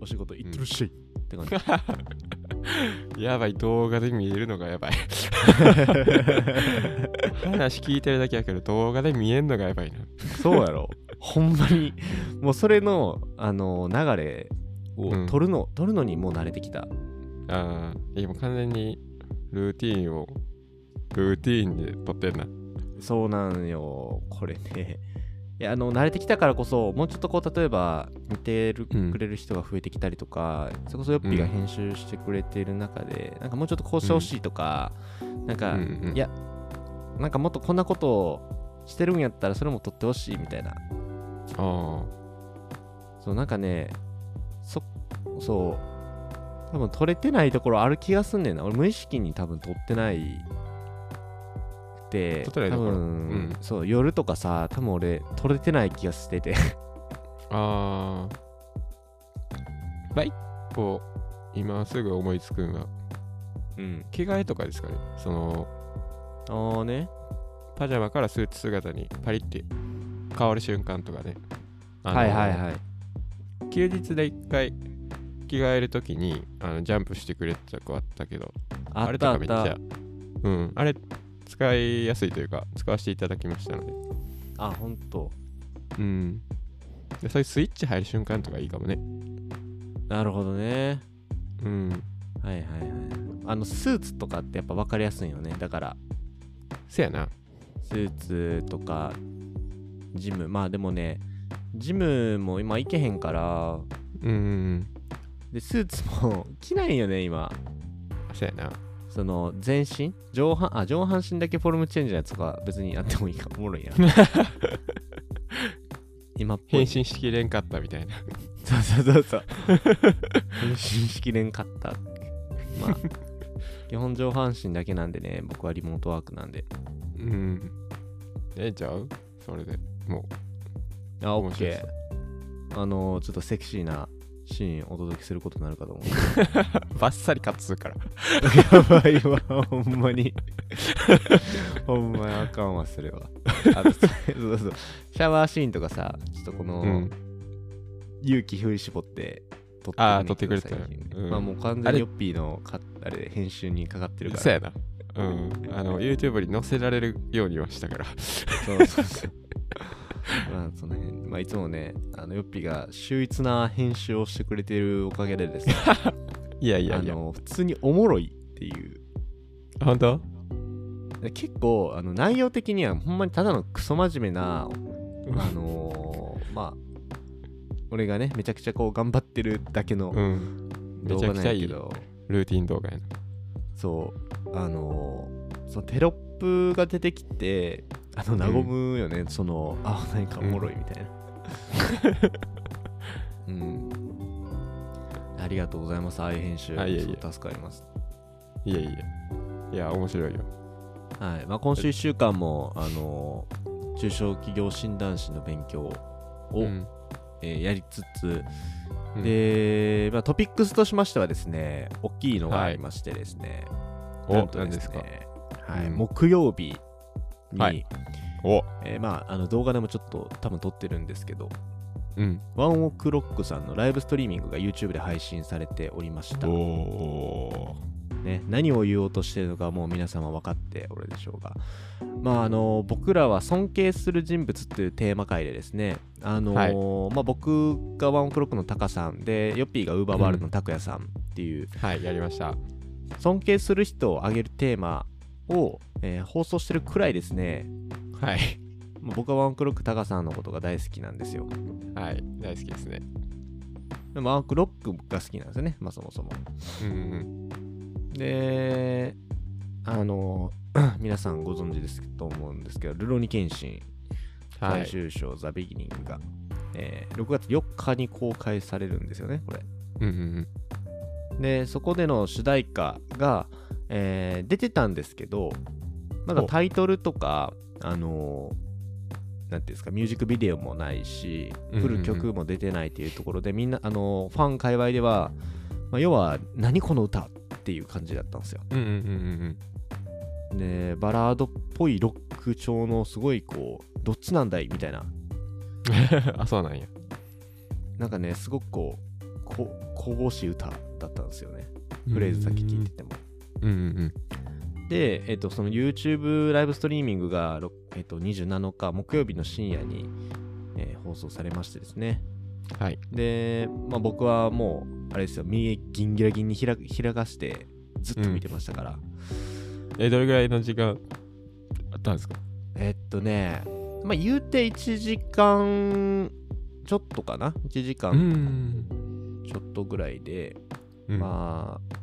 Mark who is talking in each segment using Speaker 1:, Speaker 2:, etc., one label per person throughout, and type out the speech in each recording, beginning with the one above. Speaker 1: お仕事行ってるっしゃいって感じ。
Speaker 2: やばい、動画で見えるのがやばい。話聞いてるだけやけど、動画で見えんのがやばいな。
Speaker 1: そうやろ。ほんまに、もうそれの、あの流れ
Speaker 2: う
Speaker 1: を
Speaker 2: ん
Speaker 1: 取るの、取るのにもう慣れてきた。
Speaker 2: ああ、今完全にルーティーンを、ルーティーンで撮ってんな。
Speaker 1: そうなんよ、これね。いやあの慣れてきたからこそもうちょっとこう例えば見てる、
Speaker 2: うん
Speaker 1: くれる人が増えてきたりとかそれこそヨッピーが編集してくれてる中で、なんかもうちょっとこうしてほしいとか、なんか、
Speaker 2: うんうん
Speaker 1: いやなんかもっとこんなことをしてるんやったらそれも撮ってほしいみたいな
Speaker 2: あ
Speaker 1: そうなんかねそそう多分取れてないところある気がすんねんな俺無意識に多分取ってないで
Speaker 2: 撮ってない
Speaker 1: 多
Speaker 2: ところ
Speaker 1: 分、
Speaker 2: うん
Speaker 1: そう夜とかさ多分俺取れてない気がしてて
Speaker 2: あ、ああ。まあ、一個、今すぐ思いつくのが、
Speaker 1: うん
Speaker 2: 着替えとかですかね。その、
Speaker 1: ああね
Speaker 2: パジャマからスーツ姿にパリって変わる瞬間とかね。あの
Speaker 1: はいはいはい
Speaker 2: 休日で一回着替えるときにあのジャンプしてくれってとこあったけど
Speaker 1: あ
Speaker 2: れ
Speaker 1: っ
Speaker 2: と
Speaker 1: たあ
Speaker 2: か
Speaker 1: っ
Speaker 2: めっち
Speaker 1: た
Speaker 2: ゃうんあれ使いやすいというか使わせていただきましたので
Speaker 1: あほんと
Speaker 2: うんでそういうスイッチ入る瞬間とかいいかもね
Speaker 1: なるほどね
Speaker 2: うん
Speaker 1: はいはいはいあのスーツとかってやっぱ分かりやすいよねだから
Speaker 2: せやな
Speaker 1: スーツとかジムまあでもねジムも今行けへんから
Speaker 2: うん
Speaker 1: でスーツも着ないよね今
Speaker 2: せやな
Speaker 1: その全身上半あ上半身だけフォルムチェンジのやつとか別にやっても いいかおもろいや今っぽ
Speaker 2: 変
Speaker 1: い
Speaker 2: 身しきれんかったみたいな
Speaker 1: そうそうそう そう変身しきれんかったまあ基本上半身だけなんでね僕はリモートワークなんで
Speaker 2: うんええちゃうそれでも
Speaker 1: あ
Speaker 2: 面白いっ
Speaker 1: OK あのちょっとセクシーなシーンお届けすることになるかと思う
Speaker 2: うバッサリカットするから
Speaker 1: やばいわ、ほんまに。ほんまにあかんわ、それは。あと、そうそう。シャワーシーンとかさ、ちょっとこの、
Speaker 2: うん
Speaker 1: 勇気振り絞って撮って
Speaker 2: あー
Speaker 1: んねんけど
Speaker 2: 撮ってくれてる
Speaker 1: 最近
Speaker 2: うん
Speaker 1: まあもう完
Speaker 2: あ
Speaker 1: 全
Speaker 2: れ
Speaker 1: にヨッピーのかあれ編集にかかってるから。
Speaker 2: そうやなうんあの YouTube に載せられるようにはしたから
Speaker 1: そうそうそう。 まあその辺、まあいつもね、あのヨッピーが秀逸な編集をしてくれてるおかげでですね、
Speaker 2: いやいやい
Speaker 1: あ
Speaker 2: や
Speaker 1: の普通におもろいっていう。
Speaker 2: 本当
Speaker 1: 結構あの内容的にはほんまにただのクソ真面目な
Speaker 2: うん
Speaker 1: あのー、まあ俺がねめちゃくちゃこう頑張ってるだけの
Speaker 2: うんめ
Speaker 1: 動
Speaker 2: ちゃ
Speaker 1: 画
Speaker 2: く
Speaker 1: なん
Speaker 2: ちゃ
Speaker 1: や
Speaker 2: い
Speaker 1: け
Speaker 2: い
Speaker 1: ど、
Speaker 2: ルーティン動画やな
Speaker 1: そうあのー、そのテロップが出てきてあの和むよね、そのあなんかおもろいみたいな うん、ありがとうございますああいう編集
Speaker 2: あいえいえ
Speaker 1: そう助かります
Speaker 2: いやいやいや面白いよ
Speaker 1: はいまあ、今週1週間も、あのー中小企業診断士の勉強を、
Speaker 2: うん
Speaker 1: えーやりつつ、
Speaker 2: うん
Speaker 1: で、まあ、トピックスとしましてはですね大きいのがありましてですね、
Speaker 2: お
Speaker 1: なんと
Speaker 2: 何ですか
Speaker 1: はい
Speaker 2: うん
Speaker 1: 木曜日に、
Speaker 2: はいお
Speaker 1: えーまあ、あの動画でもちょっと多分撮ってるんですけど
Speaker 2: うん
Speaker 1: ワンオクロックさんのライブストリーミングが YouTube で配信されておりました、
Speaker 2: お
Speaker 1: ね、何を言おうとしているのかもう皆様分かっておるでしょうが、まあ、あの僕らは尊敬する人物というテーマ会でですね、あのまあ、僕がワンオクロックのタカさんでヨッピーがウーバーワールドのタクヤさんっていう、
Speaker 2: はいやりました
Speaker 1: 尊敬する人を挙げるテーマを、えー放送してるくらいですね
Speaker 2: はい
Speaker 1: まあ僕はワンオクロックタカさんのことが大好きなんですよ
Speaker 2: はい大好きですね
Speaker 1: でもワンオクロックが好きなんですよね、まあ、そもそも
Speaker 2: うん
Speaker 1: であの 皆さんご存知ですと思うんですけどルロニケンシン
Speaker 2: うんは
Speaker 1: 最
Speaker 2: い
Speaker 1: 終章ザ・ビギニングが、えー6月4日に公開されるんですよね、これ。
Speaker 2: うんうん
Speaker 1: で、そこでの主題歌が、えー出てたんですけど、まだ
Speaker 2: ほう
Speaker 1: タイトルとか、あのーなんていうんですか、ミュージックビデオもないし、
Speaker 2: うんうん
Speaker 1: フ
Speaker 2: うん
Speaker 1: ル曲も出てないっていうところで、みんな、あのーファン界隈では、まあ、要は、何この歌っていう感じだったんですよ。
Speaker 2: うんうんうんうん
Speaker 1: で、バラードっぽいロック調の、すごいこう、どっちなんだいみたいな
Speaker 2: うん あそうなんや
Speaker 1: なんかね、すごくこう、こ神々しい歌だったんですよねフレーズだけ聞いてても。
Speaker 2: うんうん
Speaker 1: で、えっと、その YouTube ライブストリーミングが、ろえっと、27日木曜日の深夜に、えー放送されましてですね
Speaker 2: うんはい
Speaker 1: で、まあ、僕はもうあれですよ右ギンギラギンにひらひらがしてずっと見てましたから、
Speaker 2: えどれぐらいの時間あったんですか
Speaker 1: えっとねまあ言うて1時間ちょっとかな1時間
Speaker 2: ん
Speaker 1: ちょっとぐらいで、
Speaker 2: うん
Speaker 1: まあ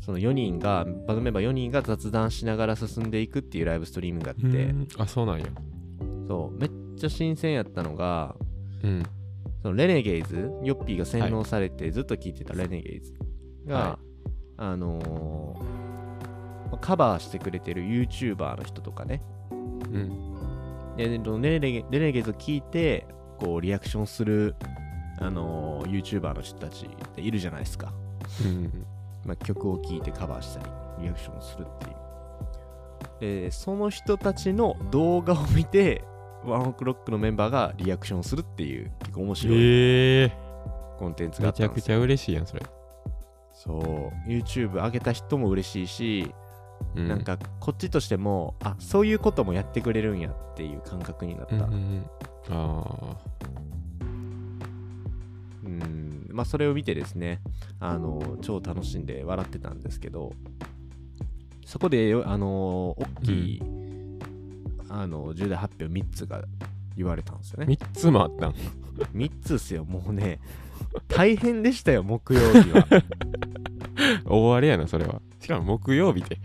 Speaker 1: その4人がバンドメンバー4人が雑談しながら進んでいくっていうライブストリームがあっ
Speaker 2: う
Speaker 1: て
Speaker 2: んあそうなんや
Speaker 1: そうめっちゃ新鮮やったのが
Speaker 2: うん
Speaker 1: そのレネゲイズヨッピーが洗脳されてずっと聴いてたレネゲイズが、
Speaker 2: は
Speaker 1: あのーカバーしてくれてる YouTuber の人とかね
Speaker 2: うん
Speaker 1: でレネレレネゲイズを聞いてこうリアクションする、あのー、YouTuber の人たちっているじゃないですか、
Speaker 2: うん
Speaker 1: まあ、曲を聴いてカバーしたりリアクションするっていうでその人たちの動画を見てワンオクロックのメンバーがリアクションするっていう結構面白い
Speaker 2: ええ
Speaker 1: コンテンツがあ
Speaker 2: め
Speaker 1: っ
Speaker 2: ち
Speaker 1: た
Speaker 2: ゃ
Speaker 1: んで
Speaker 2: く
Speaker 1: すよ
Speaker 2: ちゃ嬉しいやんそれ
Speaker 1: そう YouTube 上げた人も嬉しいし、
Speaker 2: う
Speaker 1: なんかこっちとしてもあそういうこともやってくれるんやっていう感覚になった
Speaker 2: う
Speaker 1: うん
Speaker 2: うん
Speaker 1: ん,、
Speaker 2: うんあ
Speaker 1: まあそれを見てですねあの超楽しんで笑ってたんですけどそこでよあの大きい、あの重大発表3つが言われたんですよ
Speaker 2: あ
Speaker 1: ね
Speaker 2: 3つもあったん
Speaker 1: 3つですよもうね大変でしたよ木曜日は
Speaker 2: 終わりやなそれはしかも木曜日で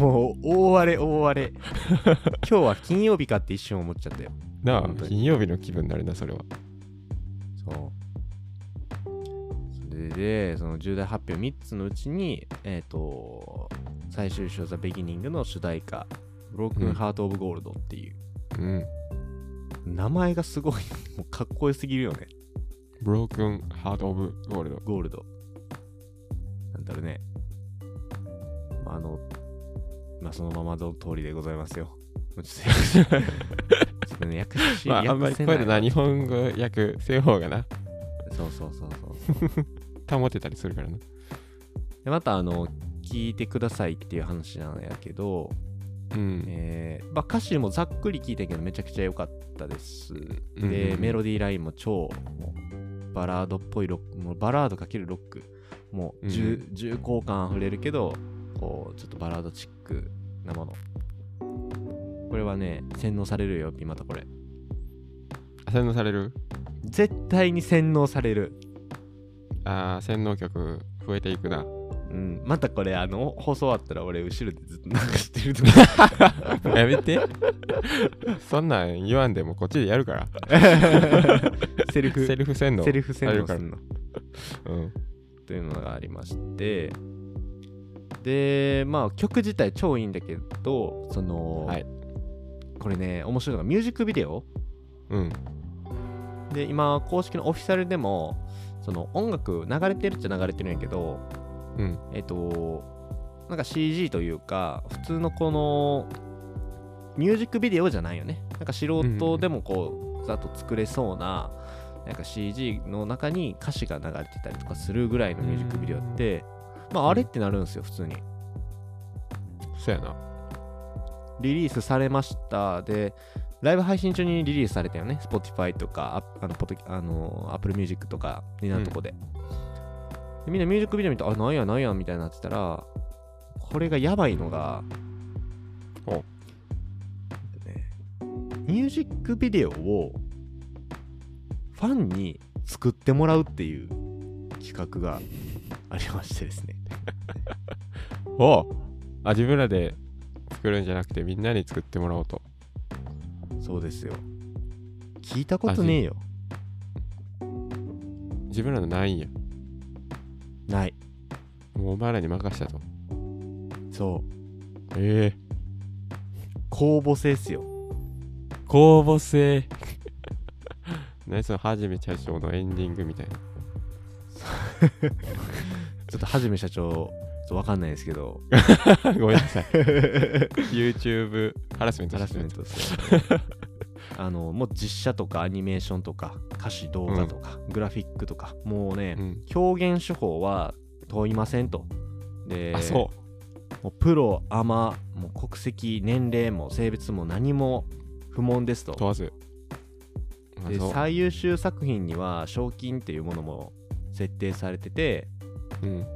Speaker 1: もう大荒れ大荒れ今日は金曜日かって一瞬思っちゃったよ
Speaker 2: なあ
Speaker 1: 本当に
Speaker 2: 金曜日の気分になるなそれは
Speaker 1: そう。それで、その重大発表3つのうちに、えっ、と、最終章ザ・ビギニングの主題歌、ブロークン・ハート・オブ・ゴールドっていう、
Speaker 2: うん
Speaker 1: 名前がすごい、もうかっこよすぎるよね、
Speaker 2: ブロークンハートオブゴールド
Speaker 1: ゴールド。なんだろうね。まあ、あの、まあ、そのままの通りでございますよ。 もうちょっと訳しちょっとね、訳し、
Speaker 2: まああんまりこういうのな日本語訳せん方がな
Speaker 1: そうそうそうそう。
Speaker 2: 保てたりするからな
Speaker 1: でまたあの聞いてくださいっていう話なんやけど、
Speaker 2: うん
Speaker 1: えーまあ、歌詞もざっくり聞いたけどめちゃくちゃ良かったです
Speaker 2: うん
Speaker 1: でメロディーラインも超もうバラードっぽいロックもうバラード×ロックもう重,、重厚感あふれるけどこうちょっとバラードチックなものこれはね洗脳されるよ今とこれ
Speaker 2: あ洗脳される
Speaker 1: 絶対に洗脳される
Speaker 2: あー洗脳曲増えていくな
Speaker 1: うん、またこれあの放送終わったら俺後ろでずっと流してると
Speaker 2: やめて そんなん言わんでもこっちでやるから
Speaker 1: 思うセルフ
Speaker 2: セルフ洗脳
Speaker 1: セルフ洗脳す
Speaker 2: され
Speaker 1: る
Speaker 2: る
Speaker 1: の
Speaker 2: からうん
Speaker 1: というのがありましてでまあ曲自体超いいんだけどその、
Speaker 2: はい
Speaker 1: これね面白いのがミュージックビデオ
Speaker 2: うん
Speaker 1: で今公式のオフィシャルでもその音楽流れてるっちゃ流れてるんやけど
Speaker 2: うん
Speaker 1: えっとなんか CG というか普通のこのミュージックビデオじゃないよねなんか素人でもこうざっと作れそうななんか CG の中に歌詞が流れてたりとかするぐらいのミュージックビデオってまああれってなるんですよ普通に
Speaker 2: そうやな
Speaker 1: リリースされましたでライブ配信中にリリースされたよね Spotify とかああのポトあの Apple Music とかいろんなとこで,で、みんなミュージックビデオ見てあなんやなんやみたいになってたらこれがやばいのが
Speaker 2: お
Speaker 1: ねミュージックビデオをファンに作ってもらうっていう企画がありましてですね
Speaker 2: おうあ自分らで作るんじゃなくてみんなに作ってもらおうと
Speaker 1: そうですよ聞いたことねえよ
Speaker 2: 自分らのないんや
Speaker 1: ない
Speaker 2: もうお前らに任したと
Speaker 1: そう
Speaker 2: ええ
Speaker 1: 公募制っすよ
Speaker 2: 公募 制何そのはじめちゃん賞のエンディングみたいな
Speaker 1: ちょっとはじめ社長ちょっとわかんないですけど
Speaker 2: ごめんなさい YouTube ハラスメント
Speaker 1: ハ
Speaker 2: し
Speaker 1: ラスメン
Speaker 2: てるや つ
Speaker 1: トですよあのもう実写とかアニメーションとか歌詞動画とか、グラフィックとかもうね、
Speaker 2: うん
Speaker 1: 表現手法は問いませんと。で
Speaker 2: あそ
Speaker 1: もうプロアマもう国籍年齢も性別も何も不問です
Speaker 2: う問
Speaker 1: と。
Speaker 2: わずあ
Speaker 1: で
Speaker 2: そう
Speaker 1: 最優秀作品には賞金っていうものも設定されてて
Speaker 2: うん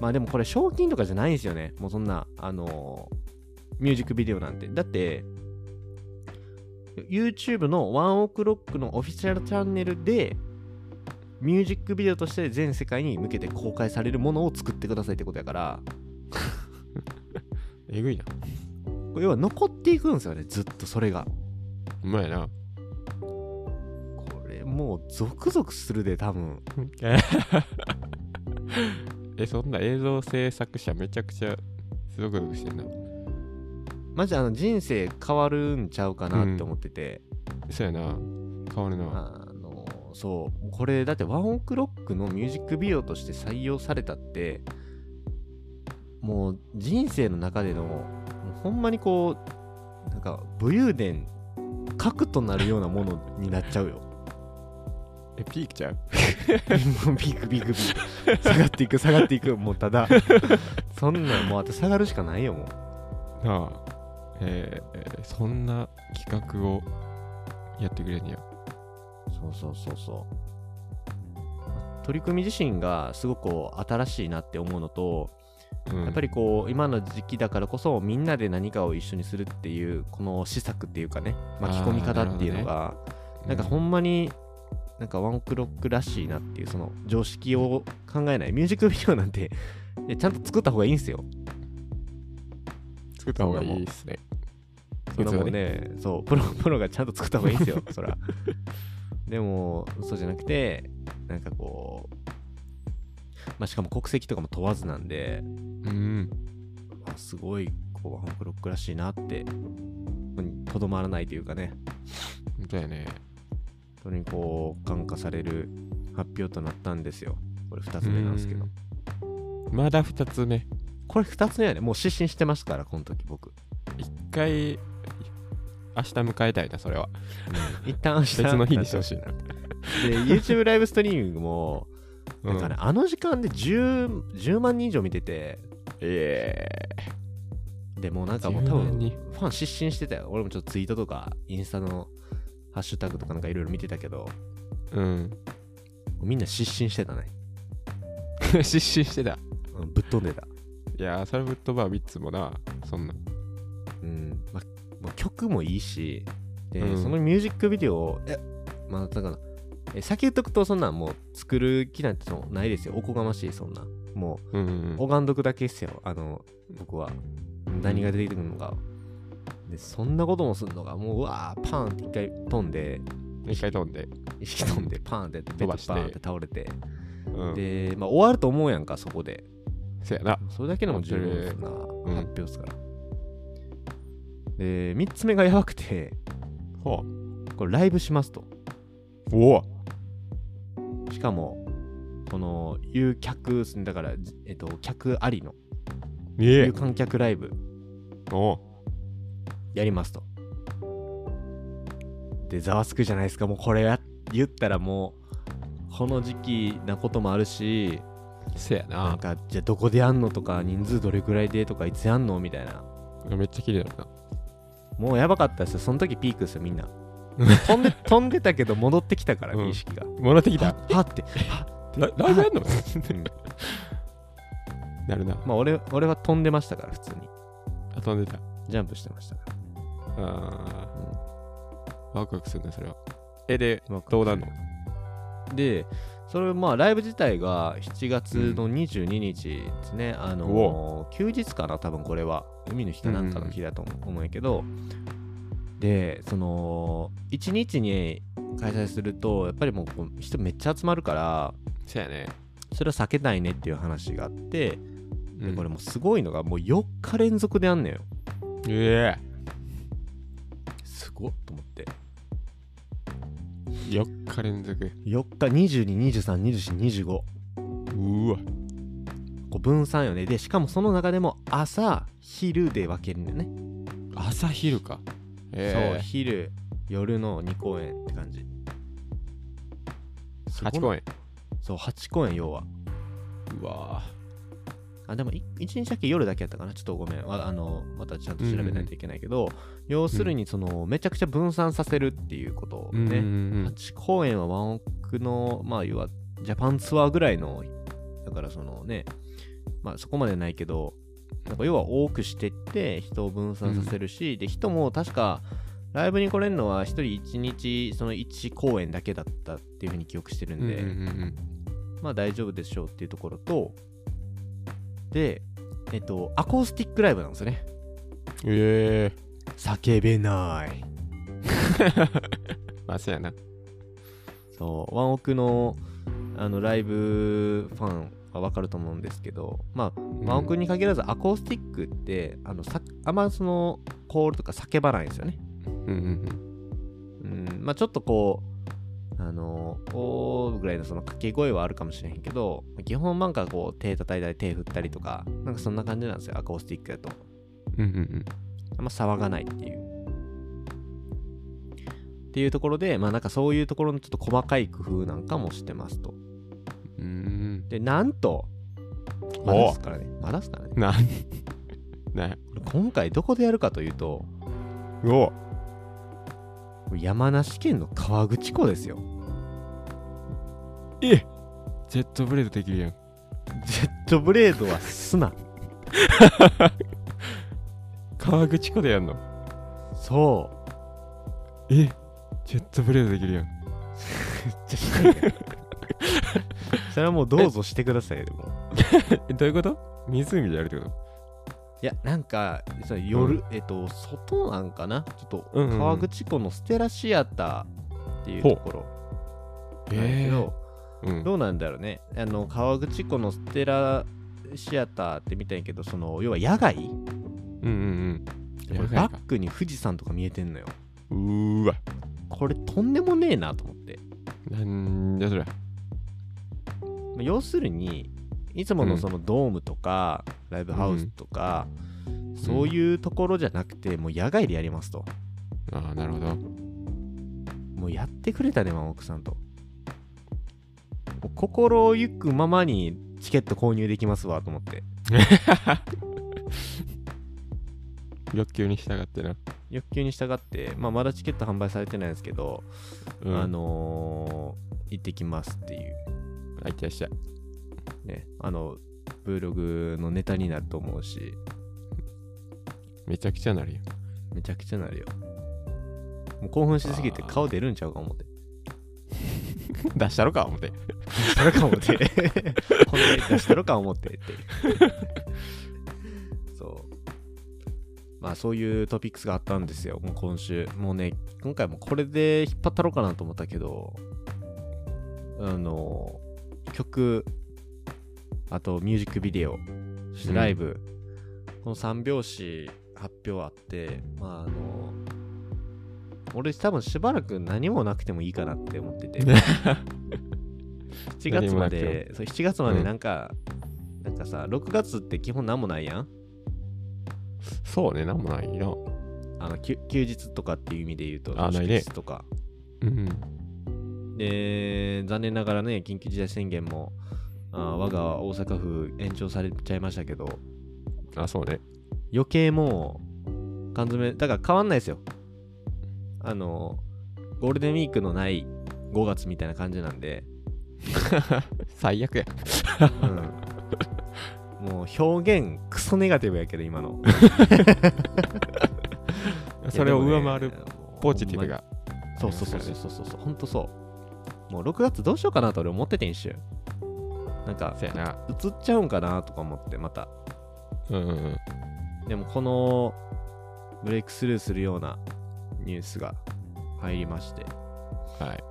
Speaker 1: まあでもこれ賞金とかじゃないんですよねもうそんなあのーミュージックビデオなんてだって YouTube のワンオクロックのオフィシャルチャンネルでミュージックビデオとして全世界に向けて公開されるものを作ってくださいってことやから
Speaker 2: えぐいな
Speaker 1: 要は残っていくんですよねずっとそれが
Speaker 2: うまいな
Speaker 1: これもうゾクゾクするで多分
Speaker 2: えそんな映像制作者めちゃくちゃゾクゾクしてんな
Speaker 1: マジあの人生変わるんちゃうかなって思ってて、
Speaker 2: そうやな変わるな
Speaker 1: あのそうこれだってワンオクロックのミュージックビデオとして採用されたってもう人生の中でのもうほんまにこうなんか武勇伝核となるようなものになっちゃうよ
Speaker 2: えピークちゃう
Speaker 1: もう ビクビクビク下がっていく下がっていくもうただそんなんもうあと下がるしかないよもう
Speaker 2: なあえーえーそんな企画をやってくれんねや
Speaker 1: そうそうそうそう。取り組み自身がすごくこう新しいなって思うのと、
Speaker 2: うん
Speaker 1: やっぱりこう今の時期だからこそみんなで何かを一緒にするっていうこの施策っていうかね巻き込み方っていうのが
Speaker 2: う
Speaker 1: なんかほんまになんかワンクロックらしいなっていうその常識を考えないミュージックビデオなんてねちゃんと作った方がいいんですよ。
Speaker 2: 作った方がいいっすね
Speaker 1: それはもうね、そう、プロ、プロがちゃんと作った方がいいんです よ、そら。でも、そうじゃなくて、なんかこう、まあ、しかも国籍とかも問わずなんで、
Speaker 2: うん
Speaker 1: まあ、すごい、こう、ハンクロックらしいなって、ここにとどまらないというかね、
Speaker 2: 本当やね
Speaker 1: それにこう、感化される発表となったんですよ。これ2つ目なんですけど。
Speaker 2: うんまだ2つ目
Speaker 1: これ2つ目はね、もう失神してますから、この時僕。
Speaker 2: 1回明日迎えたいなそれは
Speaker 1: 一旦明日
Speaker 2: 別の日にしてほしいな
Speaker 1: で、YouTube ライブストリーミングも、
Speaker 2: う
Speaker 1: なんかね、あの時間で 10, 10万人以上見てて、
Speaker 2: え
Speaker 1: でもうなん
Speaker 2: え
Speaker 1: かもう多分
Speaker 2: に
Speaker 1: ファン失神してたよ。俺もちょっとツイートとかインスタのハッシュタグとかなんかいろいろ見てたけど、
Speaker 2: うん
Speaker 1: みんな失神してたね。
Speaker 2: 失神してた
Speaker 1: うん、ぶっ飛んでた。
Speaker 2: いやーサルブットバービッツもなそんな
Speaker 1: うん。ま、ま曲もいいし、で、
Speaker 2: うん
Speaker 1: そのミュージックビデオを、え、まあ、だから、え先言っとくとそんなんもう作る気なんてそのないですよ。おこがましい、そんなん。も
Speaker 2: うん
Speaker 1: う、拝んどくだけっすよ。あの、僕は。何が出てくるのか。で、そんなこともするのが、もう、うわー、パーンって一回飛んで、
Speaker 2: うん一回飛んで
Speaker 1: 意識飛んで、パーンってやって、ベッド
Speaker 2: 飛ばして
Speaker 1: パーンって倒れて。
Speaker 2: うん
Speaker 1: で、まあ、終わると思うやんか、そこで。
Speaker 2: そやな
Speaker 1: それだけでも十分ですな、
Speaker 2: うん
Speaker 1: 発表ですから。で、3つ目がやばくて、
Speaker 2: ほ
Speaker 1: これライブしますと。
Speaker 2: うおお
Speaker 1: しかも、この、有客ですね、だから、じえっと、客ありの、
Speaker 2: え
Speaker 1: 有観客ライブ
Speaker 2: おう
Speaker 1: やりますと。で、ざわつくじゃないですか、もうこれや言ったらもう、この時期なこともあるし、
Speaker 2: せや
Speaker 1: な
Speaker 2: なん
Speaker 1: か、じゃあどこでやんのとか、人数どれくらいでとか、いつやんのみたいな。
Speaker 2: めっちゃ綺麗だな
Speaker 1: もうやばかったですよ。その時ピークですよ、みん な。飛んで飛んでたけど戻ってきたから、
Speaker 2: うん
Speaker 1: 意識が。
Speaker 2: 戻ってきた
Speaker 1: はって。
Speaker 2: ラライブやんの
Speaker 1: うん
Speaker 2: なるな
Speaker 1: まあ俺、俺は飛んでましたから、普通に。
Speaker 2: あ飛んでた
Speaker 1: ジャンプしてましたから。
Speaker 2: あ
Speaker 1: うん
Speaker 2: ーワクワクするねそれはえで
Speaker 1: ワクワク
Speaker 2: どうなんの
Speaker 1: で、それ、まあ、ライブ自体が7月の22日ですね。あのー休日かな、多分これは。海の日かなんかの日だと思う思うんやけど、で、その、1日に開催すると、やっぱりもうこう人めっちゃ集まるから、
Speaker 2: せやね
Speaker 1: それは避けたいねっていう話があって、
Speaker 2: う
Speaker 1: で
Speaker 2: ん
Speaker 1: これもうすごいのがもう4日連続でやんねんよ
Speaker 2: え
Speaker 1: すごっと思って
Speaker 2: え4日連続
Speaker 1: 4日22232425こ
Speaker 2: うわ
Speaker 1: う分散よねでしかもその中でも朝昼で分けるんだよね、
Speaker 2: 朝昼か
Speaker 1: そう
Speaker 2: え
Speaker 1: 昼夜の2公演って感じ
Speaker 2: 8公
Speaker 1: 演
Speaker 2: 演
Speaker 1: そう8公演要は
Speaker 2: うわ
Speaker 1: あでも1日だけ夜だけやったかなちょっとごめんわあのまたちゃんと調べないといけないけど、要するにその、めちゃくちゃ分散させるっていうことを
Speaker 2: うんうん
Speaker 1: ね、
Speaker 2: うん
Speaker 1: 8公演はワンオクのまあ要はジャパンツアーぐらいのだからそのねまあそこまでないけどなんか要は多くしてって人を分散させるし、で人も確かライブに来れるのは1人1日その1公演だけだったっていうふうに記憶してる
Speaker 2: うんんうん
Speaker 1: で、
Speaker 2: うん
Speaker 1: まあ大丈夫でしょうっていうところとでえっとアコースティックライブなんですよね
Speaker 2: ええ
Speaker 1: 叫べない
Speaker 2: まあそうやな
Speaker 1: そうワンオクのあのライブファンはわかると思うんですけどまあワンオクに限らずアコースティックってあのさあんまそのコールとか叫ばないんですよね
Speaker 2: うんうん
Speaker 1: うんまあちょっとこうあのおーぐらいのその掛け声はあるかもしれへんけど基本なんかこう手叩いたり手振ったりとかなんかそんな感じなんですよアコースティックだと
Speaker 2: うんうんうん
Speaker 1: あんま騒がないっていう。っていうところで、まあなんかそういうところのちょっと細かい工夫なんかもしてますと。
Speaker 2: うんうん
Speaker 1: で、なんと、まだですからね。まだですからね。
Speaker 2: なん ね
Speaker 1: これ今回どこでやるかというと、
Speaker 2: お
Speaker 1: 山梨県の河口湖ですよ。
Speaker 2: えジェットブレードできるやん
Speaker 1: ジェットブレードは砂。
Speaker 2: 川口湖でやんの
Speaker 1: そ
Speaker 2: えジェットブレードできるやん
Speaker 1: う。それはもうどうぞしてくださいよ。でも
Speaker 2: えどういうこと湖でやるってこと
Speaker 1: いや、なんか、その夜、えっと、外なんかなちょっと、
Speaker 2: うんうんうん
Speaker 1: 河口湖のステラシアターっていうところなんですけど、
Speaker 2: うん
Speaker 1: どうなんだろうねあの川口湖のステラシアターって見たんやけどその要は野外
Speaker 2: うんうん
Speaker 1: こ
Speaker 2: う
Speaker 1: れ
Speaker 2: ん
Speaker 1: バックに富士山とか見えてんのよ
Speaker 2: うーわ
Speaker 1: これとんでもねえなと思って
Speaker 2: なんじゃそりゃ
Speaker 1: まあ要するにいつも
Speaker 2: う
Speaker 1: の
Speaker 2: ん
Speaker 1: そのドームとか、ライブハウスとか、そういうところじゃなくてもう野外でやりますと
Speaker 2: ああなるほど
Speaker 1: もうやってくれたねワンオクさんともう心ゆくままにチケット購入できますわと思って
Speaker 2: 欲求に従ってな
Speaker 1: 欲求に従って、まあ、まだチケット販売されてないんですけど、
Speaker 2: うん
Speaker 1: あのー行ってきますっていう
Speaker 2: あいってらっしゃい
Speaker 1: ね、あの、Vlog のネタになると思うし、
Speaker 2: めちゃくちゃなるよ
Speaker 1: めちゃくちゃなるよ。もう興奮しすぎて
Speaker 2: あー
Speaker 1: 顔出るんちゃうか思って。
Speaker 2: 出したろか思って
Speaker 1: 出したろか思って。こんな出したろか思ってって。 そう。まあそういうトピックスがあったんですよ、もう今週。もうね、今回もこれで引っ張ったろうかなと思ったけど、あの、曲、あとミュージックビデオ、そしてライブ、この3拍子発表あって、まああの、俺多分しばらく何もなくてもいいかなって思っ てて。7月ま
Speaker 2: 何もな
Speaker 1: で、そう7月まで
Speaker 2: うん
Speaker 1: なんか、なんかさ、6月って基本何もないやん
Speaker 2: そうねなんもないな
Speaker 1: あの休休日とかっていう意味で言うと、
Speaker 2: あないね
Speaker 1: 祝日とか。
Speaker 2: うん
Speaker 1: で、残念ながらね、緊急事態宣言も、あー我が大阪府延長されちゃいましたけど、
Speaker 2: あそうね
Speaker 1: 余計もう、缶詰、だから変わんないですよ。あの、ゴールデンウィークのない5月みたいな感じなんで、
Speaker 2: 最悪や
Speaker 1: うんもう表現クソネガティブやけど、今の。
Speaker 2: それを
Speaker 1: いや
Speaker 2: 上
Speaker 1: でも
Speaker 2: 回
Speaker 1: ね
Speaker 2: るポジティブが
Speaker 1: そうそうそうそうそうそうそう、ほんとそう。もう6月どうしようかなと俺思っててんしゅ。なんか、
Speaker 2: そうやな
Speaker 1: 映っちゃうんかなとか思って、また。
Speaker 2: うんうんうん
Speaker 1: でもこの、ブレイクスルーするようなニュースが入りまして、
Speaker 2: はい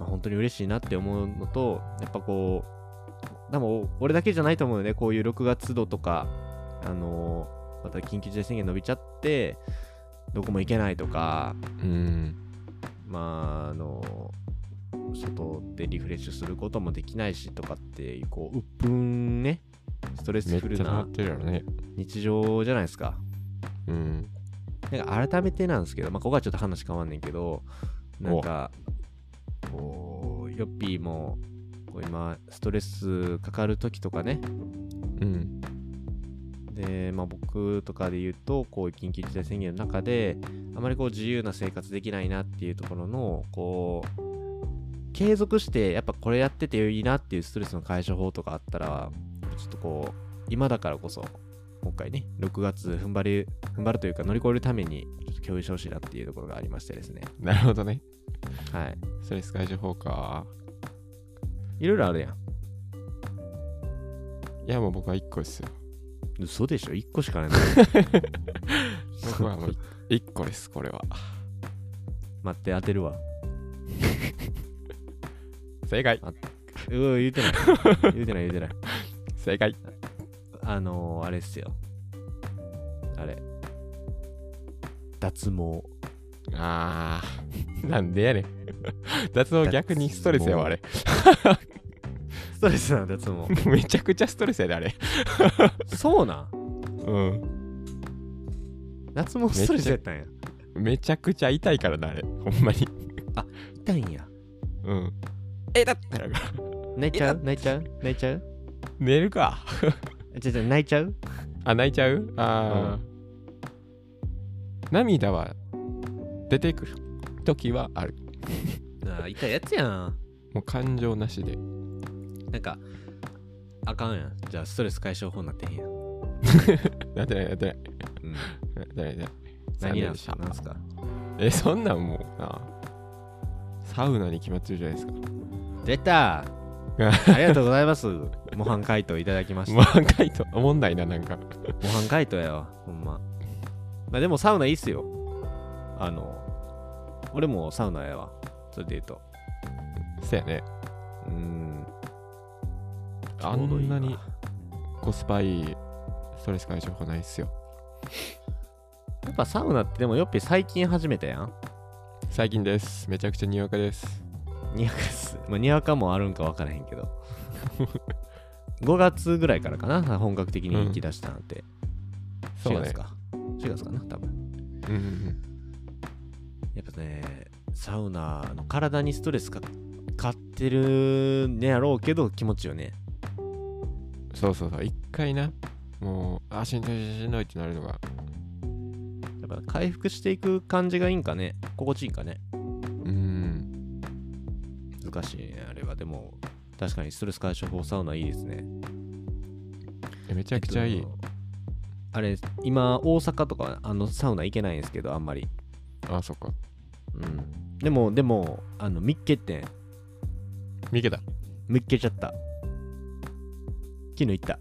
Speaker 1: まあ、本当に嬉しいなって思うのと、やっぱこう、でも俺だけじゃないと思うよね、こういう6月度とか、あのーまた緊急事態宣言伸びちゃって、どこも行けないとか、
Speaker 2: うん
Speaker 1: まあ、あの、外でリフレッシュすることもできないしとかっていう、こう、鬱憤ね、ストレ
Speaker 2: め
Speaker 1: ス
Speaker 2: っ
Speaker 1: フ
Speaker 2: ち
Speaker 1: ル
Speaker 2: ゃ回
Speaker 1: な
Speaker 2: ってるやろね
Speaker 1: 日常じゃないですか。
Speaker 2: うん
Speaker 1: でなんか改めてなんですけど、まあ、ここはちょっと話変わんねんけど、なんか、こう、ヨッピーも、こう今、ストレスかかる時とかね、
Speaker 2: うん
Speaker 1: で、まあ、僕とかで言うと、こう、緊急事態宣言の中で、あまりこう、自由な生活できないなっていうところの、こう、継続して、やっぱこれやってていいなっていうストレスの解消法とかあったら、ちょっとこう、今だからこそ、今回ね、6月踏ん張り、踏ん張るというか乗り越えるために、ちょっと共有してほしいなっていうところがありましてですね。
Speaker 2: なるほどね
Speaker 1: はい。
Speaker 2: ストレス解消法か
Speaker 1: いろいろあるやん。
Speaker 2: いやもう僕は1個ですよ
Speaker 1: 嘘でしょ ?1 個しかない
Speaker 2: 僕はもう1個ですこれは
Speaker 1: 待って、当てるわ。
Speaker 2: 正解
Speaker 1: うう、言うてない。言うてない、言うてない。
Speaker 2: 正解
Speaker 1: あのー、あれっすよ。あれ。脱毛。
Speaker 2: あー なんでやねん脱毛逆にストレスやわあれ
Speaker 1: ストレスなん脱 毛。
Speaker 2: めちゃくちゃストレスやであれ
Speaker 1: そうなん
Speaker 2: うん
Speaker 1: 脱毛ストレスやったんや。
Speaker 2: めちゃくちゃ痛いからなあれほんまに
Speaker 1: 痛いんや。
Speaker 2: うんえだってなるから
Speaker 1: 泣いちゃう泣いちゃう泣いちゃう
Speaker 2: 寝るか
Speaker 1: ちょちょ泣いちゃう
Speaker 2: あ泣いちゃうあ、あ涙は出てくる時はある
Speaker 1: あー痛いやつやん。
Speaker 2: もう感情なしで
Speaker 1: なんか、あかんやん。じゃあ、ストレス解消法になってへんやん。
Speaker 2: なってないなってない
Speaker 1: うん、
Speaker 2: なってないなってない残
Speaker 1: 何
Speaker 2: 念
Speaker 1: なん
Speaker 2: ですし
Speaker 1: か
Speaker 2: た
Speaker 1: なんすか
Speaker 2: えそんなんもうなサウナに決まってるじゃないですか
Speaker 1: 出た ありがとうございます。模範解答いただきました。
Speaker 2: 模範解答おもんないななんか
Speaker 1: 模範解答やわほんままあでもサウナいいっすよあの俺もサウナやわそれで言うと
Speaker 2: そやね
Speaker 1: うーん
Speaker 2: あ
Speaker 1: ちょうどいい
Speaker 2: んなにコスパいいストレス解消法ないっすよ
Speaker 1: やっぱサウナってでもよっぴ最近始めたやん
Speaker 2: 最近ですめちゃくちゃにわかです
Speaker 1: にわかっす、まあ、にわかもあるんか分からへんけ ど5月ぐらいからかな本格的に行き出したなんて、
Speaker 2: そう
Speaker 1: 4
Speaker 2: ね
Speaker 1: 月か4月かな多分
Speaker 2: うんうん
Speaker 1: やっぱねサウナの体にストレスかかってるねやろうけど気持ちよね
Speaker 2: うんそうそうそう一回なもうあしんどいしんどいってなるのが
Speaker 1: やっぱ回復していく感じがいいんかね心地いいんかね
Speaker 2: うん
Speaker 1: 難しいねあれはでも確かにストレス解消法サウナいいですねめ
Speaker 2: えめちゃくちゃいい、
Speaker 1: あれ今大阪とかあのサウナ行けないんですけどあんまり
Speaker 2: あそっか
Speaker 1: うんでもでもあの見っけってん
Speaker 2: 見けた
Speaker 1: 見っけちゃった昨日行った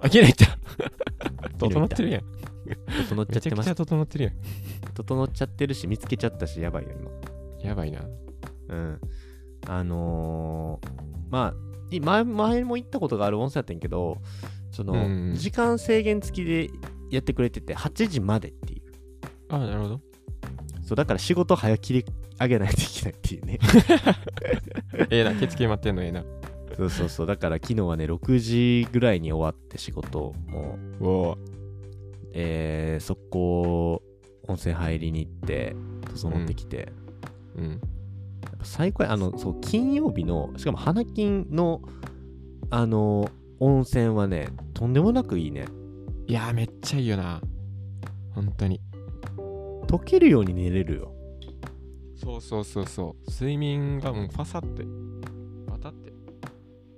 Speaker 2: あきれい った
Speaker 1: 昨日
Speaker 2: 整
Speaker 1: 行
Speaker 2: っ
Speaker 1: った
Speaker 2: てるやん
Speaker 1: 整っちゃっ
Speaker 2: めちゃ
Speaker 1: て
Speaker 2: く
Speaker 1: ま
Speaker 2: ち
Speaker 1: す
Speaker 2: ゃ整ってる
Speaker 1: 整っちゃってるし見つけちゃったしやばいよ今
Speaker 2: やんやばいな
Speaker 1: うん。あのーまあ、い前前も行ったことがある温泉やってんけど、その、
Speaker 2: うんうん
Speaker 1: 時間制限付きでやってくれてて、8時までっていう。
Speaker 2: あなるほど
Speaker 1: そう、だから仕事早切り上げないといけないって いうね。
Speaker 2: ええな決決まってんのええな
Speaker 1: そうそうそう、だから昨日はね、6時ぐらいに終わって仕事、もう、
Speaker 2: おお
Speaker 1: えー、速攻、温泉入りに行って、整ってきて、
Speaker 2: うん
Speaker 1: やっぱ最高やあのそう金曜日のしかも花金のあの温泉はねとんでもなくいいね
Speaker 2: いやーめっちゃいいよな本当に
Speaker 1: 溶けるように寝れるよ
Speaker 2: そうそうそうそう睡眠がもうパサってパタって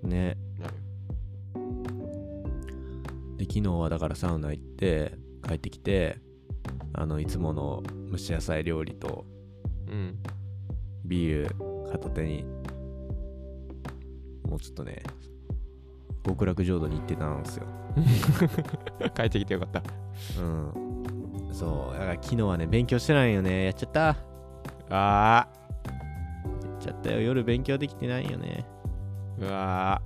Speaker 1: ね
Speaker 2: なる
Speaker 1: で昨日はだからサウナ行って帰ってきてあのいつもの蒸し野菜料理と
Speaker 2: うん
Speaker 1: ビール片手にもうちょっとね極楽浄土に行ってたんですよ
Speaker 2: 帰ってきてよかった
Speaker 1: うんそうだから昨日はね勉強してないよねやっちゃったや
Speaker 2: あ
Speaker 1: っちゃったよ夜勉強できてないよね
Speaker 2: ーうわ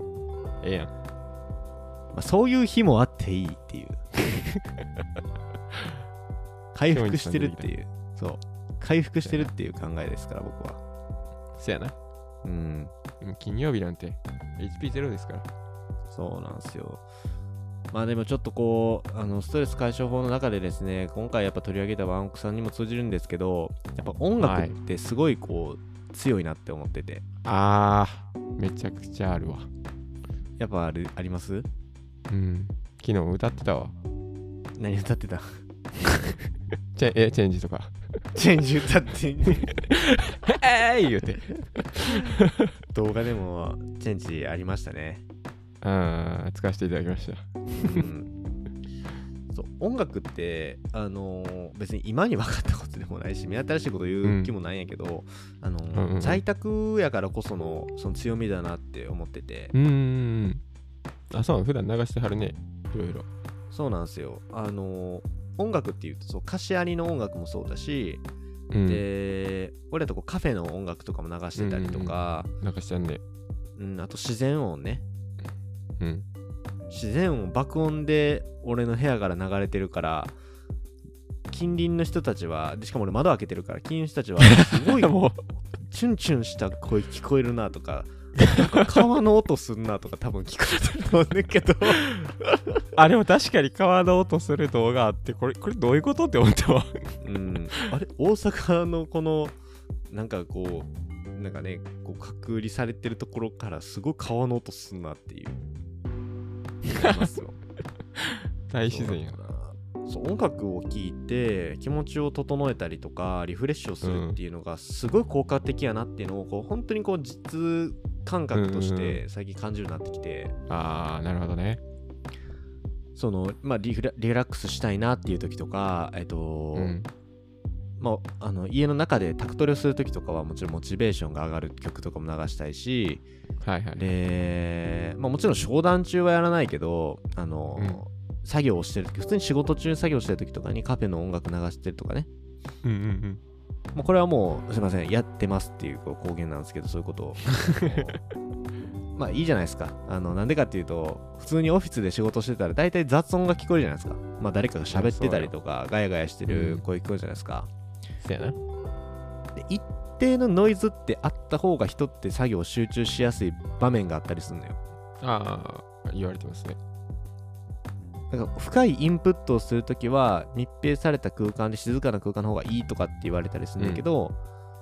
Speaker 2: ーええやん
Speaker 1: まあ、そういう日もあっていいっていう 回復してるっていうそう回復してるっていう考えですから僕は
Speaker 2: そやな
Speaker 1: うん
Speaker 2: でも金曜日なんて HP0 ですから
Speaker 1: そうなんですよまあでもちょっとこうあのストレス解消法の中でですね今回やっぱ取り上げたワンオクさんにも通じるんですけどやっぱ音楽ってすごいこう強いなって思ってて
Speaker 2: あーめちゃくちゃあるわ
Speaker 1: やっぱあるあります
Speaker 2: うん昨日歌ってたわ
Speaker 1: 何歌ってた
Speaker 2: チェえチェンジとか
Speaker 1: チェンジ歌って
Speaker 2: 「えい!」言うて
Speaker 1: 動画でもチェンジありましたね
Speaker 2: うん使わせていただきました
Speaker 1: そう音楽って、あのー別に今に分かったことでもないし目新しいこと言う気もないんやけど、あのー
Speaker 2: うんうん
Speaker 1: 在宅やからこそのその強みだなって思ってて、
Speaker 2: うーんあそう普段流してはるねいろいろ
Speaker 1: そうなんですよ、あのー音楽っていうとそう歌詞ありの音楽もそうだし、
Speaker 2: うん流
Speaker 1: で俺らとこうカフェの音楽とかも流してたりとか、
Speaker 2: してはんね
Speaker 1: うんあと自然音ね
Speaker 2: うん
Speaker 1: 自然音爆音で俺の部屋から流れてるから近隣の人たちはでしかも俺窓開けてるから近隣の人たちはすごい
Speaker 2: も
Speaker 1: チュンチュンした声聞こえるなとかなんか川の音すんなとか多分聞こえてると思うんだけど
Speaker 2: あでも確かに川の音する動画あってこれこれどういうことって思ったわ
Speaker 1: うんあれ大阪のこのなんかこうなんかねこう隔離されてるところからすごい川の音すんなっていう思いますよ
Speaker 2: 大自然や
Speaker 1: そうなんだそう音楽を聴いて気持ちを整えたりとかリフレッシュをするっていうのがすごい効果的やなっていうのをこう本当にこう実感覚とし
Speaker 2: うんうん
Speaker 1: て最近感じるようになってきて、
Speaker 2: あーなるほどね
Speaker 1: そのまあリフラリラックスしたいなっていう時とかえっと、
Speaker 2: うん
Speaker 1: まああの家の中でタクトレをする時とかはもちろんモチベーションが上がる曲とかも流したいし
Speaker 2: はいはい
Speaker 1: で、まあ、もちろん商談中はやらないけどあの、
Speaker 2: うん
Speaker 1: 作業をしてる時普通に仕事中に作業してる時とかにカフェの音楽流してるとかね
Speaker 2: うんうんうん
Speaker 1: もうこれはもうすいませんやってますっていうこう公言なんですけどそういうことをまあいいじゃないですかあのなんでかっていうと普通にオフィスで仕事してたら大体雑音が聞こえるじゃないですかまあ誰かが喋ってたりとかガヤガヤしてる声聞こえるじゃないですか、
Speaker 2: せやな
Speaker 1: で一定のノイズってあった方が人って作業集中しやすい場面があったりするのよ
Speaker 2: ああ言われてますね
Speaker 1: なんか深いインプットをするときは密閉された空間で静かな空間の方がいいとかって言われたりするんだけど、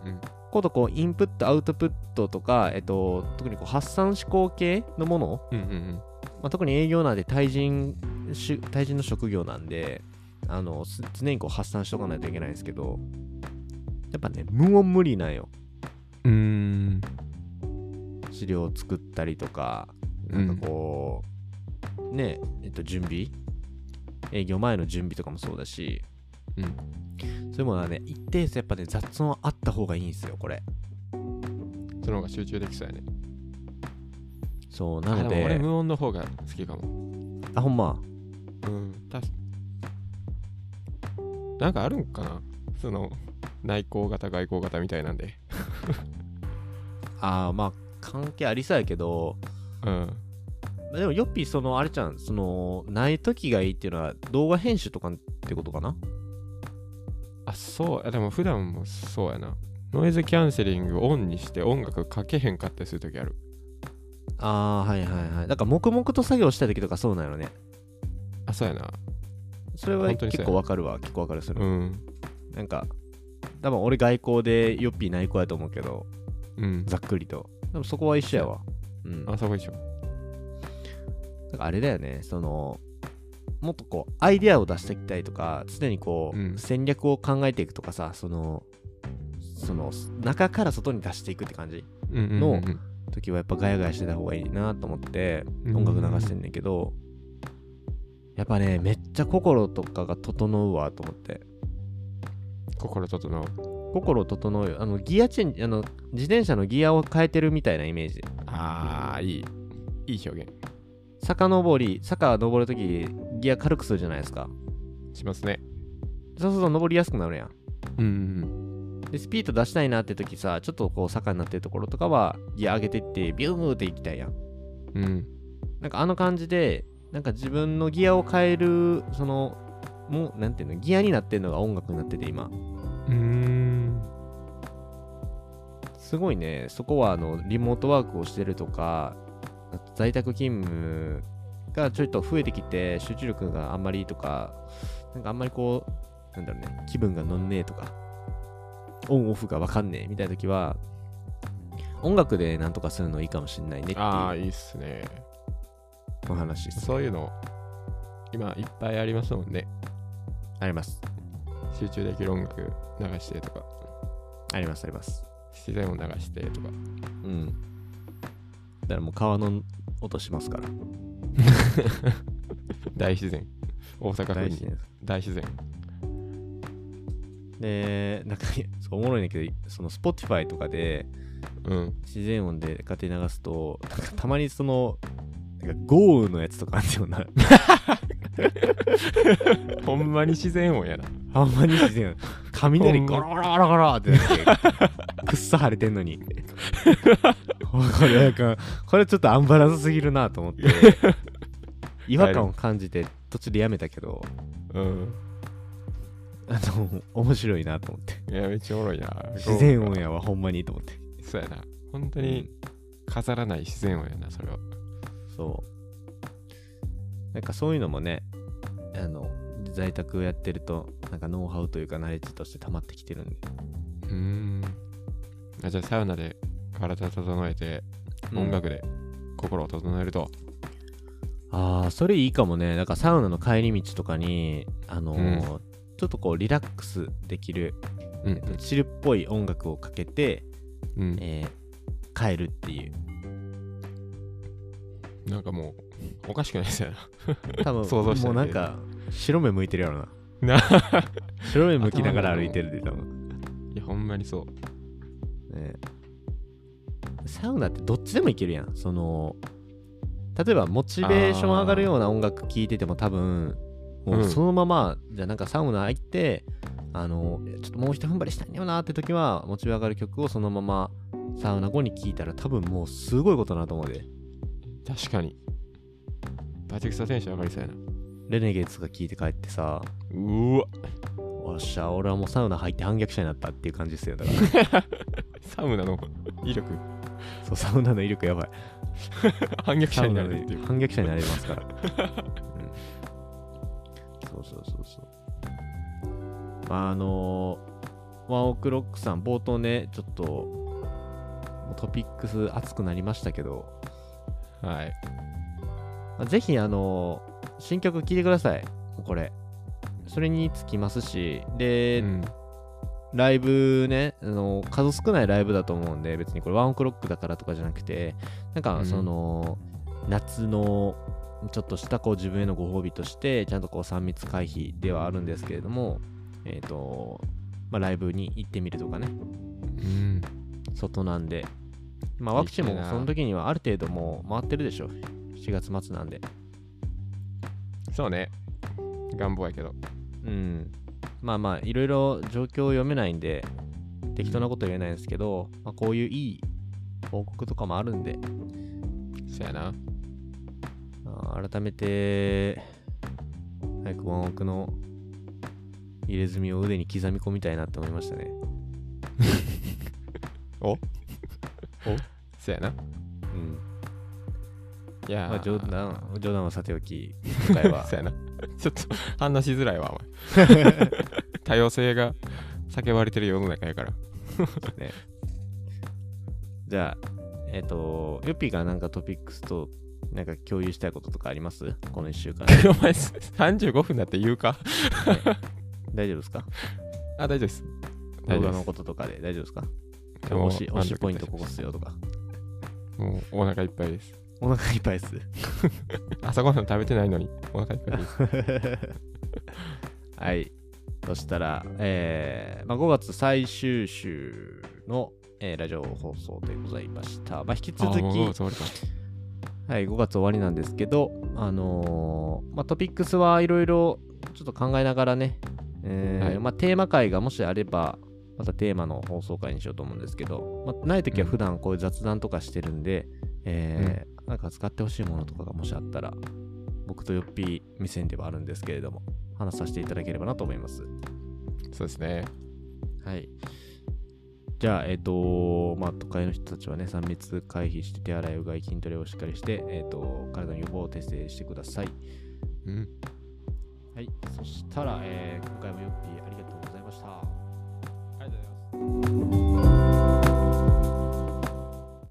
Speaker 2: うんうん
Speaker 1: 今度こうインプットアウトプットとか、えっと、特にこう発散思考系のもの、
Speaker 2: うんうん
Speaker 1: まあ、特に営業なんで対人し対人の職業なんであのす常にこう発散しとかないといけないんですけどやっぱね無音無理なんよ
Speaker 2: うんう
Speaker 1: 資料を作ったりとか
Speaker 2: ー
Speaker 1: なんかこう、ねえっと準備営業前の準備とかもそうだし、
Speaker 2: うん
Speaker 1: そういうものはね一定数やっぱね雑音あった方がいいんですよこれ
Speaker 2: うんその方が集中できそうやね
Speaker 1: そう
Speaker 2: あ
Speaker 1: なの
Speaker 2: でも俺
Speaker 1: で
Speaker 2: 無音の方が好きかも
Speaker 1: あほんま
Speaker 2: うん確かなんかあるんかなその内向型外向型みたいなんで
Speaker 1: あーまあ関係ありそうやけど
Speaker 2: うん
Speaker 1: でもヨッピーそのあれちゃんそのない時がいいっていうのは動画編集とかってことかな
Speaker 2: あそうあでも普段もそうやなノイズキャンセリングオンにして音楽かけへんかったりするときある
Speaker 1: あーはいはいはいだから黙々と作業した時とかそうなのね
Speaker 2: あそうやな
Speaker 1: それは
Speaker 2: 本当にそう
Speaker 1: 結
Speaker 2: や
Speaker 1: 構わかるわ結構わかるそれ、
Speaker 2: うん
Speaker 1: なんか多分俺外交でヨッピー内向やと思うけど
Speaker 2: うん
Speaker 1: ざっくりと。でもそこは一緒やわ。うん。だ
Speaker 2: あそこでしょ
Speaker 1: からあれだよね、その、もっとこう、アイデアを出していきたいとか、常にこう、
Speaker 2: うん
Speaker 1: 戦略を考えていくとかさ、その、その、中から外に出していくって感じ
Speaker 2: うんうん
Speaker 1: の時はやっぱガヤガヤしてた方がいいなと思って、
Speaker 2: うん
Speaker 1: 音楽流してんだけど、やっぱね、めっちゃ心とかが整うわと思って。
Speaker 2: 心整う
Speaker 1: 心整うよ。あの、ギアチェンジ、あの、自転車のギアを変えてるみたいなイメージ。
Speaker 2: ああいいいい表現
Speaker 1: 坂登り、坂登るとき、ギア軽くするじゃないですか。
Speaker 2: しますね
Speaker 1: そうすると登りやすくなるやん。
Speaker 2: うんうん
Speaker 1: で、スピード出したいなって時さ、ちょっとこう坂になってるところとかは、ギア上げてって、ビューンっていきたいやん。
Speaker 2: うんうん
Speaker 1: なんかあの感じで、なんか自分のギアを変える、その、もう、なんていうの、ギアになってるのが音楽になってて、今。
Speaker 2: うーん
Speaker 1: すごいね、そこは、あの、リモートワークをしてるとか、在宅勤務がちょっと増えてきて集中力があんまりとかなんかあんまりこうなんだろうね気分が乗んねえとかオンオフがわかんねえみたいな時は音楽でなんとかするのいいかもしんないねって
Speaker 2: ああ
Speaker 1: い
Speaker 2: いいっすね
Speaker 1: うお話です
Speaker 2: そういうの今いっぱいありますもんね
Speaker 1: あります
Speaker 2: 集中できる音楽流してとか
Speaker 1: ありますあります
Speaker 2: 自然音流してとか
Speaker 1: うんだからもう川の音しますから
Speaker 2: 大自然大阪府
Speaker 1: 大事
Speaker 2: に
Speaker 1: です
Speaker 2: 大自然
Speaker 1: でなんかそうおもろいんだけどその Spotify とかで
Speaker 2: うん
Speaker 1: 自然音で勝手に流すとなんかたまにそのなんか豪雨のやつとかあるんだよな
Speaker 2: ほんまに自然音やな
Speaker 1: あんまり自然雷ゴロゴロゴロゴロってなってくっそ晴れてんのにこれなんかこれちょっとアンバランスすぎるなと思って違和感を感じて途中でやめたけど
Speaker 2: うん
Speaker 1: あの面白いなと思って
Speaker 2: いやめっちゃおもろいな
Speaker 1: 自然音やわほんまにと思って
Speaker 2: そうやな本当に飾らない自然音やなそれは
Speaker 1: そう。なんかそういうのもね、あの、在宅をやってると、なんかノウハウというか、ナレッジとして溜まってきてるんで。
Speaker 2: うーんあじゃあサウナで体整えて音楽で心を整えると、
Speaker 1: ああ、それいいかもね。なんかサウナの帰り道とかに、あのーちょっとこうリラックスできる、
Speaker 2: う
Speaker 1: えっと、チルっぽい音楽をかけて、
Speaker 2: うん、
Speaker 1: えー帰るっていう。
Speaker 2: なんかもうおかしくないですよ な
Speaker 1: 多分
Speaker 2: 想像した
Speaker 1: もう
Speaker 2: だ
Speaker 1: なん
Speaker 2: けで
Speaker 1: か、白目向いてるやろな。
Speaker 2: な
Speaker 1: 白目向きながら歩いてるで、多分。
Speaker 2: いやほんまにそう
Speaker 1: ね、サウナってどっちでもいけるやんその例えばモチベーション上がるような音楽聴いてても多分もううんそのまま、じゃあなんかサウナ入ってあのちょっともう一踏ん張りしたいんだよなって時はモチベ上がる曲をそのままサウナ後に聴いたら多分もうすごいことになると思うで
Speaker 2: 確かにバチクソテンション上がりそうやな
Speaker 1: レネゲーズが聴いて帰ってさ
Speaker 2: うわ
Speaker 1: おっしゃ俺はもうサウナ入って反逆者になったっていう感じですよだから
Speaker 2: サウナの威力
Speaker 1: そうサウナの威力やばい
Speaker 2: 反逆
Speaker 1: サ
Speaker 2: 者
Speaker 1: ウナ
Speaker 2: にな
Speaker 1: の
Speaker 2: るっていう
Speaker 1: 反逆者になれます から、そうそうそうそうまああのーワンオクロックさん冒頭ねちょっともうトピックス熱くなりましたけど
Speaker 2: はい
Speaker 1: まあぜひあのー新曲聴いてくださいもうこれそれにつきますしで、
Speaker 2: うん
Speaker 1: ライブね、あの数少ないライブだと思うんで、別にこれワンオクロックだからとかじゃなくて、なん
Speaker 2: う
Speaker 1: か
Speaker 2: ん
Speaker 1: その、夏のちょっとしたこう自分へのご褒美として、ちゃんとこう3密回避ではあるんですけれども、えっ、と、まあ、ライブに行ってみるとかね、
Speaker 2: うん
Speaker 1: 外なんで、まあ、ワクチン
Speaker 2: 行き
Speaker 1: も
Speaker 2: たいな
Speaker 1: その時にはある程度もう回ってるでしょ、7月末なんで。
Speaker 2: そうね願望やけど
Speaker 1: うん、まあまあいろいろ状況を読めないんで適当なこと言えないんですけど、まあ、こういういい報告とかもあるんで、
Speaker 2: そうやな
Speaker 1: まあ改めて早くワンオクの入れ墨を腕に刻み込みたいなって思いましたね、
Speaker 2: そうやな
Speaker 1: うん
Speaker 2: いやー、
Speaker 1: まあ、冗談冗談はさてお き今回は
Speaker 2: そうやな。ちょっと話しづらいわ、お前多様性が叫ばれてる世の中やから。
Speaker 1: ねじゃあえっ、とヨッピーがなんかトピックスとなんか共有したいこととかありますこの1週間
Speaker 2: お前、35分だって言うか
Speaker 1: 大丈夫ですか
Speaker 2: あ、大丈夫です。大
Speaker 1: 動画
Speaker 2: 丈夫で
Speaker 1: の
Speaker 2: す
Speaker 1: こととかで大丈夫ですか
Speaker 2: 今日も
Speaker 1: 推し推しポイント
Speaker 2: 満
Speaker 1: こ
Speaker 2: 足
Speaker 1: こっすよとか。
Speaker 2: もうお腹いっぱいです。
Speaker 1: お腹いっぱいっす。
Speaker 2: 朝ごはん食べてないのにお腹いっぱいです。
Speaker 1: はい。そしたら、えーまあ、5月最終週の、えーラジオ放送でございました。まあ、引き 続
Speaker 2: あ
Speaker 1: き、
Speaker 2: もうもう終わりか
Speaker 1: はい、5月終わりなんですけど、あのーまあ、トピックスはいろいろちょっと考えながらね、えー
Speaker 2: はい
Speaker 1: まあ、テーマ会がもしあれば、またテーマの放送会にしようと思うんですけど、まあ、ないときは普段こういう雑談とかしてるんで、えーなんか使ってほしいものとかがもしあったら、僕とよっぴー目線ではあるんですけれども、話させていただければなと思います。
Speaker 2: そうですね。
Speaker 1: はい。じゃあ、えっ、と、まあ、都会の人たちはね、3密回避して、手洗い、うがい、筋トレをしっかりして、えっ、と、体の予防を徹底してください。
Speaker 2: うん
Speaker 1: はい、そしたら、えー今回もよっぴーありがとうございました。